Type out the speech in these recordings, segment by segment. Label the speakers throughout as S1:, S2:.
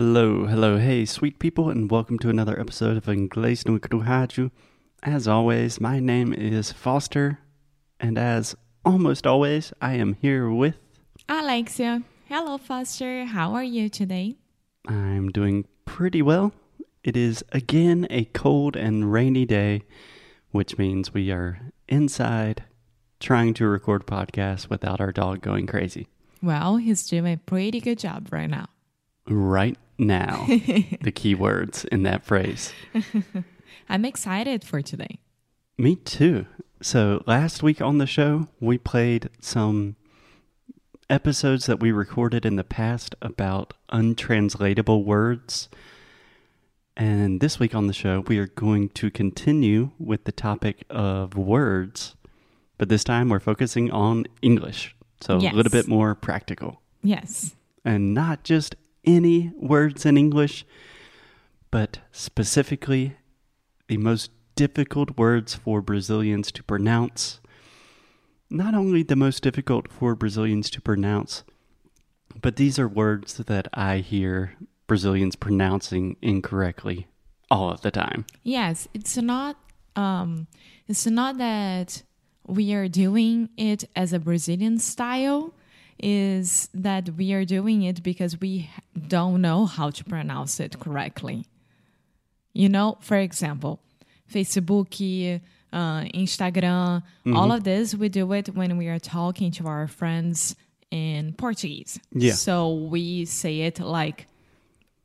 S1: Hello, hello, hey, sweet people, and welcome to another episode of Inglês no Rádio. As always, my name is Foster, and as almost always, I am here with.
S2: Alexia. Hello, Foster. How are you today?
S1: I'm doing pretty well. It is again a cold and rainy day, which means we are inside trying to record podcasts without our dog going crazy
S2: Well, he's doing a pretty good job right now.
S1: right now. the key words in that phrase.
S2: I'm excited for today.
S1: Me too. So last week on the show, we played some episodes that we recorded in the past about untranslatable words. And this week on the show, we are going to continue with the topic of words, but this time we're focusing on English. So a little
S2: Yes.
S1: bit more practical
S2: Yes.
S1: and not just any words in English, but specifically the most difficult words for Brazilians to pronounce. Not only the most difficult for Brazilians to pronounce, but these are words that I hear Brazilians pronouncing incorrectly all of the time.
S2: Yes, it's not um it's not that we are doing it as a Brazilian style is that we are doing it because we don't know how to pronounce it correctly. You know, for example, Facebook, uh, Instagram, all of this, we do it when we are talking to our friends in Portuguese.
S1: Yeah.
S2: So we say it like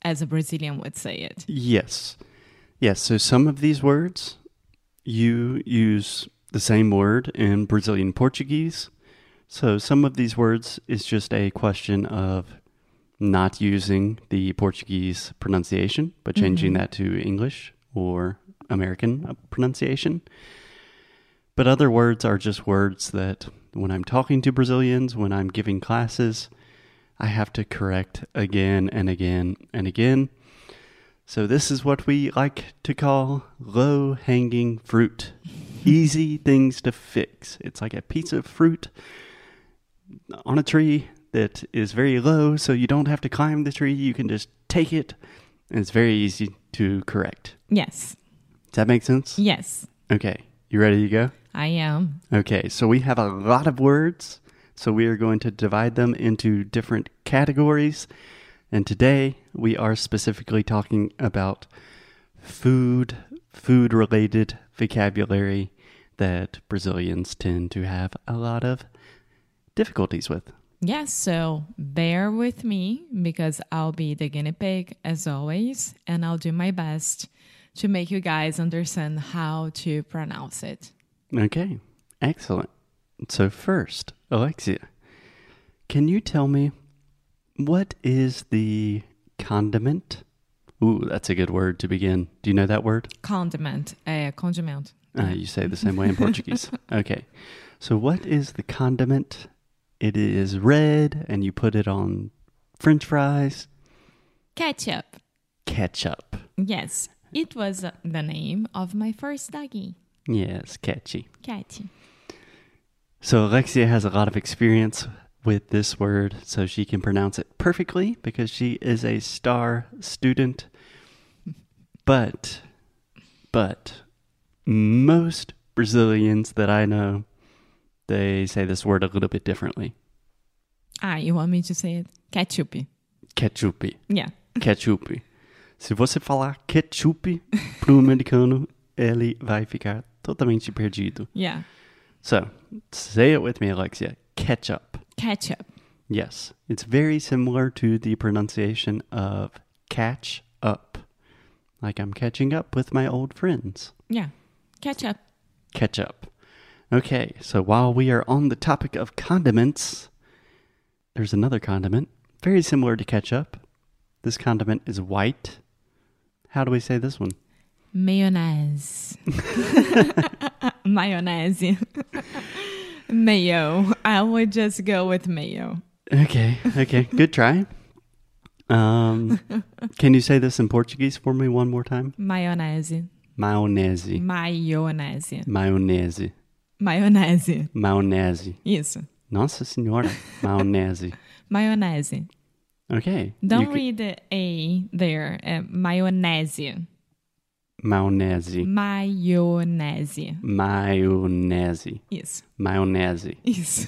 S2: as a Brazilian would say it.
S1: Yes. Yes. So some of these words, you use the same word in Brazilian Portuguese. So some of these words is just a question of not using the Portuguese pronunciation, but changing that to English or American uh, pronunciation. But other words are just words that when I'm talking to Brazilians, when I'm giving classes, I have to correct again and again and again. So, this is what we like to call low hanging fruit. Easy things to fix. It's like a piece of fruit on a tree that is very low, so you don't have to climb the tree. You can just take it, and it's very easy to correct.
S2: Yes.
S1: Does that make sense?
S2: Yes.
S1: Okay, you ready to go?
S2: I am.
S1: Okay, so we have a lot of words, so we are going to divide them into different categories. And today we are specifically talking about food, food related vocabulary that Brazilians tend to have a lot of difficulties with.
S2: Yes, so bear with me because I'll be the guinea pig as always, and I'll do my best to make you guys understand how to pronounce it.
S1: Okay, excellent. So, first, Alexia, can you tell me what is the condiment? Ooh, that's a good word to begin. Do you know that word?
S2: Condiment, uh, condiment.
S1: Uh, you say the same way in Portuguese. okay. So, what is the condiment? It is red, and you put it on French fries.
S2: Ketchup.
S1: Ketchup.
S2: Yes, it was the name of my first doggy,
S1: Yes, catchy.
S2: Katy.
S1: So, Alexia has a lot of experience with this word, so she can pronounce it perfectly because she is a star student. But, but, most Brazilians that I know, they say this word a little bit differently.
S2: Ah, you want me to say it? Ketchup.
S1: Ketchupi.
S2: Yeah.
S1: Ketchup. Se você falar ketchup pro americano, ele vai ficar totalmente perdido.
S2: Yeah.
S1: So, say it with me, Alexia. Ketchup.
S2: Ketchup.
S1: Yes, it's very similar to the pronunciation of catch up. Like I'm catching up with my old friends.
S2: Yeah. Ketchup.
S1: Catch up. Okay, so while we are on the topic of condiments, there's another condiment very similar to ketchup. This condiment is white. How do we say this one?
S2: Mayonnaise. Mayonnaise. mayo. I would just go with mayo.
S1: Okay, okay, good try. Um, can you say this in Portuguese for me one more time?
S2: Mayonnaise.
S1: Maionese,
S2: Maionese.
S1: maionese,
S2: Maionese.
S1: maionese.
S2: Isso.
S1: Nossa senhora, maionese.
S2: Maionese.
S1: Okay. you
S2: Don't
S1: c-
S2: read the A there. Uh, mayonnaise.
S1: Mayonnaise.
S2: Mayonnaise.
S1: Mayonnaise.
S2: Yes.
S1: Mayonnaise.
S2: Yes.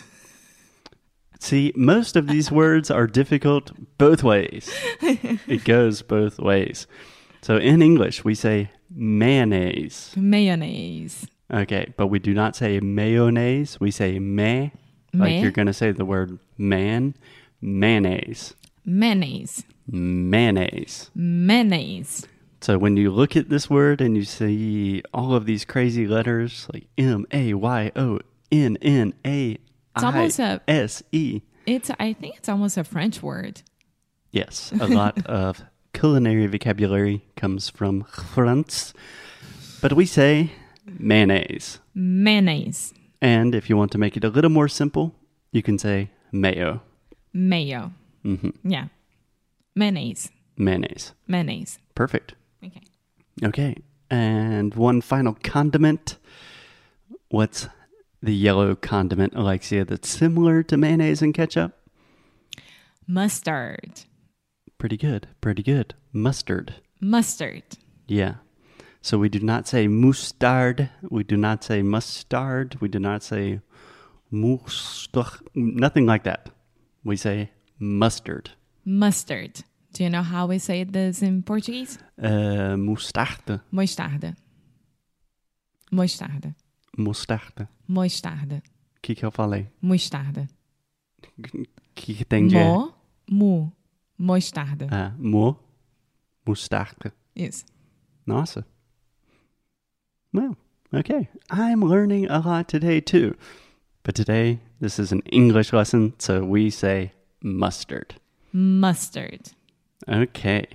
S1: See, most of these words are difficult both ways. it goes both ways. So in English, we say mayonnaise.
S2: Mayonnaise.
S1: Okay, but we do not say mayonnaise. We say may. Like
S2: Meh.
S1: you're going to say the word man. Mayonnaise.
S2: Mayonnaise.
S1: Mayonnaise.
S2: Mayonnaise.
S1: So when you look at this word and you see all of these crazy letters like M A Y O N N A I
S2: almost a-
S1: S E.
S2: It's. I think it's almost a French word.
S1: Yes, a lot of culinary vocabulary comes from France, but we say mayonnaise.
S2: Mayonnaise.
S1: And if you want to make it a little more simple, you can say mayo.
S2: Mayo.
S1: Mhm.
S2: Yeah. Mayonnaise.
S1: Mayonnaise.
S2: Mayonnaise.
S1: Perfect.
S2: Okay.
S1: Okay. And one final condiment. What's the yellow condiment, Alexia, that's similar to mayonnaise and ketchup?
S2: Mustard.
S1: Pretty good. Pretty good. Mustard.
S2: Mustard.
S1: Yeah. So we do not say mustard. We do not say mustard. We do not say mustard. Nothing like that. We say mustard.
S2: Mustard. Do you know how we say this in Portuguese?
S1: Uh, mostarda.
S2: Mostarda. Mostarda.
S1: Mostarda.
S2: Mostarda.
S1: O que, que eu falei?
S2: Mostarda.
S1: O que, que tem de.
S2: Mo. Mu. Mostarda.
S1: Ah, mo. Mostarda.
S2: Yes.
S1: Nossa. Well, okay. I'm learning a lot today too. But today, this is an English lesson, so we say mustard.
S2: Mustard.
S1: Okay.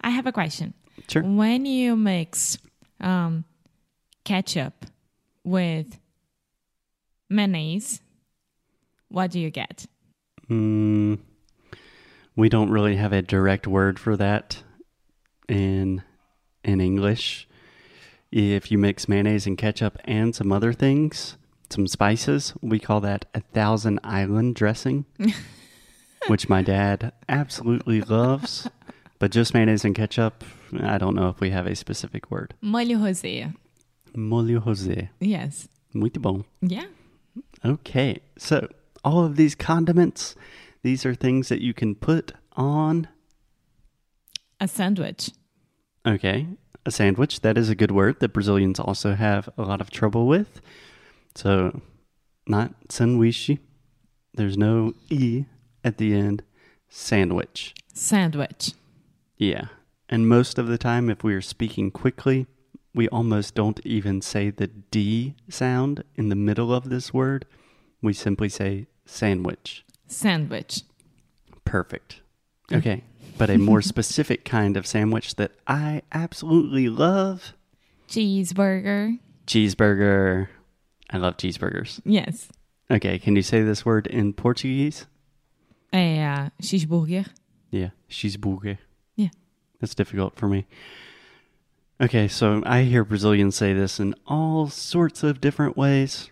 S2: I have a question.
S1: Sure.
S2: When you mix um, ketchup with mayonnaise, what do you get?
S1: Mm, we don't really have a direct word for that in in English. If you mix mayonnaise and ketchup and some other things, some spices, we call that a thousand island dressing, which my dad absolutely loves. But just mayonnaise and ketchup, I don't know if we have a specific word.
S2: Molho rosé.
S1: Molho Jose.
S2: Yes.
S1: Muito bom.
S2: Yeah.
S1: Okay, so all of these condiments, these are things that you can put on,
S2: A sandwich.
S1: okay, a sandwich. That is a good word that Brazilians also have a lot of trouble with. So, not sanduíche. There's no E at the end. Sandwich.
S2: Sandwich.
S1: Yeah. And most of the time, if we are speaking quickly, we almost don't even say the D sound in the middle of this word. We simply say sandwich.
S2: Sandwich.
S1: Perfect. Okay. But a more specific kind of sandwich that I absolutely love
S2: Cheeseburger.
S1: cheeseburger. I love cheeseburgers.
S2: Yes.
S1: Okay. Can you say this word in Portuguese?
S2: A uh, cheeseburger.
S1: Yeah. Cheeseburger.
S2: Yeah.
S1: That's difficult for me. Okay. So I hear Brazilians say this in all sorts of different ways.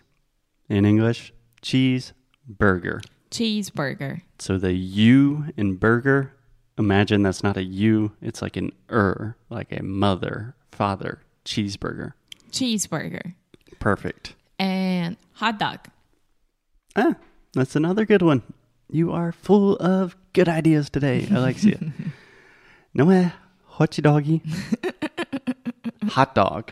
S1: In English, cheeseburger.
S2: Cheeseburger.
S1: So the U in burger, imagine that's not a U, it's like an er, like a mother, father, cheeseburger.
S2: Cheeseburger.
S1: Perfect.
S2: And hot dog.
S1: Ah, that's another good one. You are full of good ideas today, Alexia. Não é hot doggy? hot dog.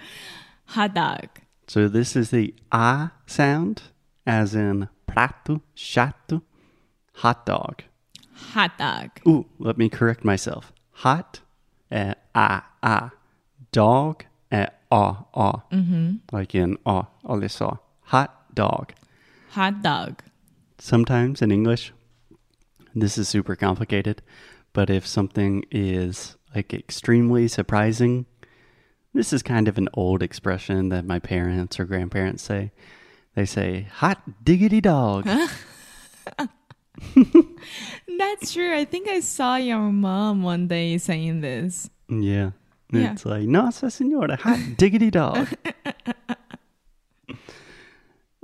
S2: Hot dog.
S1: So this is the a sound, as in prato, chato, hot dog.
S2: Hot dog.
S1: Ooh, let me correct myself. Hot at ah ah, dog at ah ah. Mm-hmm. Like in ah, all saw. Hot dog.
S2: Hot dog.
S1: Sometimes in English, this is super complicated, but if something is like extremely surprising, this is kind of an old expression that my parents or grandparents say. They say, hot diggity dog.
S2: That's true. I think I saw your mom one day saying this.
S1: Yeah.
S2: Yeah.
S1: It's like, Nossa Senora, hot diggity dog.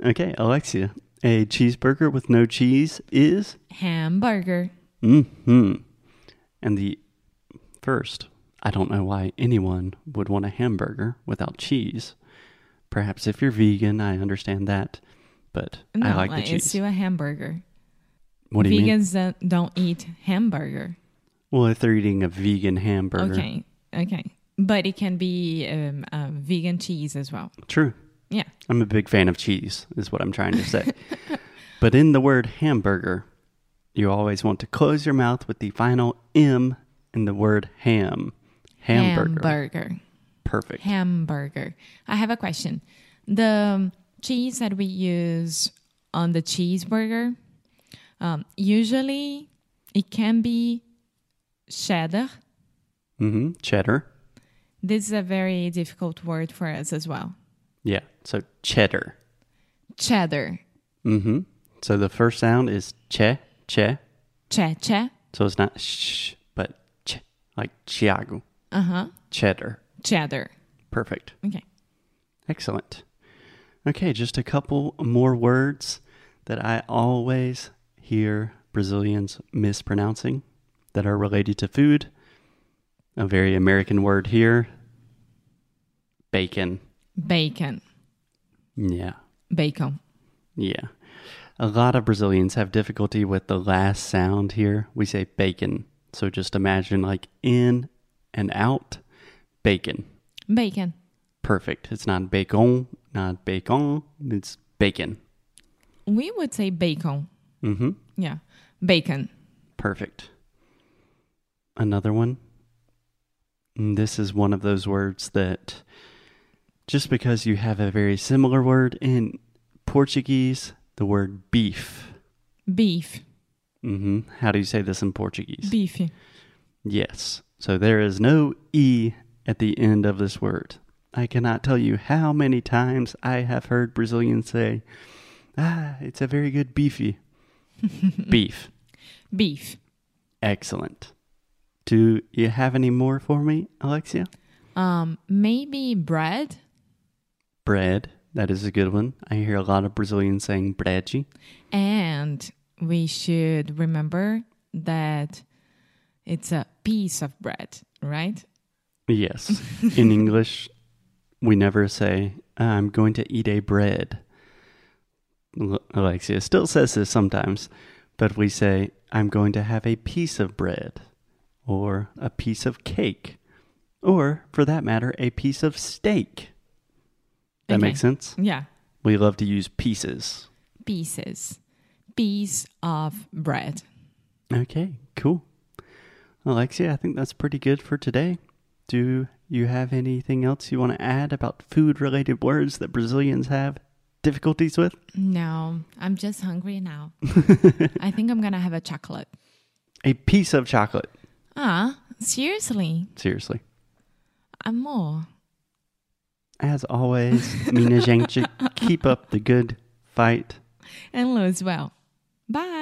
S1: okay, Alexia, a cheeseburger with no cheese is.
S2: Hamburger.
S1: Mm hmm. And the first, I don't know why anyone would want a hamburger without cheese. Perhaps if you're vegan, I understand that, but I
S2: No,
S1: like the
S2: like,
S1: cheese.
S2: it's still a hamburger.
S1: what do you mean?
S2: Vegans don't- don't eat hamburger.
S1: Well, if they're eating a vegan hamburger,
S2: Okay, okay, but it can be um, uh, vegan cheese as well.
S1: true.
S2: Yeah,
S1: I'm a big fan of cheese, is what I'm trying to say. but in the word hamburger, you always want to close your mouth with the final M in the word ham. Hamburger.
S2: hamburger.
S1: Perfect.
S2: Hamburger. I have a question. The um, cheese that we use on the cheeseburger, um, usually it can be cheddar.
S1: hmm Cheddar.
S2: This is a very difficult word for us as well.
S1: Yeah. So cheddar.
S2: Cheddar.
S1: hmm So the first sound is che, che.
S2: Che, che.
S1: So it's not sh, but ch, like Chiago.
S2: Uh huh.
S1: Cheddar.
S2: Cheddar.
S1: Perfect.
S2: Okay.
S1: Excellent. Okay, just a couple more words that I always hear Brazilians mispronouncing that are related to food. A very American word here bacon.
S2: Bacon.
S1: Yeah,
S2: Bacon.
S1: yeah. A lot of Brazilians have difficulty with the last sound here. We say bacon. So just imagine like in and out, bacon.
S2: Bacon.
S1: Perfect. It's not bacon, not bacon, it's bacon.
S2: We would say bacon.
S1: Mm-hmm.
S2: Yeah. Bacon.
S1: Perfect. Another one. And This is one of those words that just because you have a very similar word in Portuguese, the word beef.
S2: Beef.
S1: hmm How do you say this in Portuguese?
S2: Beefy.
S1: yes. So there is no E at the end of this word. I cannot tell you how many times I have heard Brazilians say, ah, it's a very good beefy. beef.
S2: Beef.
S1: Excellent. Do you have any more for me, Alexia?
S2: Um, maybe bread.
S1: Bread. That is a good one. I hear a lot of Brazilians saying breji.
S2: And we should remember that it's a piece of bread, right?
S1: Yes. In English, we never say, I'm going to eat a bread. L- Alexia still says this sometimes, but we say, I'm going to have a piece of bread or a piece of cake or, for that matter, a piece of steak. That
S2: Okay.
S1: makes sense?
S2: Yeah,
S1: We love to use pieces.
S2: pieces. Piece of bread.
S1: Okay, cool. Alexia, I think that's pretty good for today. Do you have anything else you want to add about food related words that Brazilians have difficulties with?
S2: No, I'm just hungry now. I think I'm gonna have a chocolate.
S1: A piece of chocolate.
S2: Ah, seriously?
S1: Seriously.
S2: I'm more.
S1: As always, Mina Zhangchik, keep up the good fight.
S2: And Lou as well. Bye.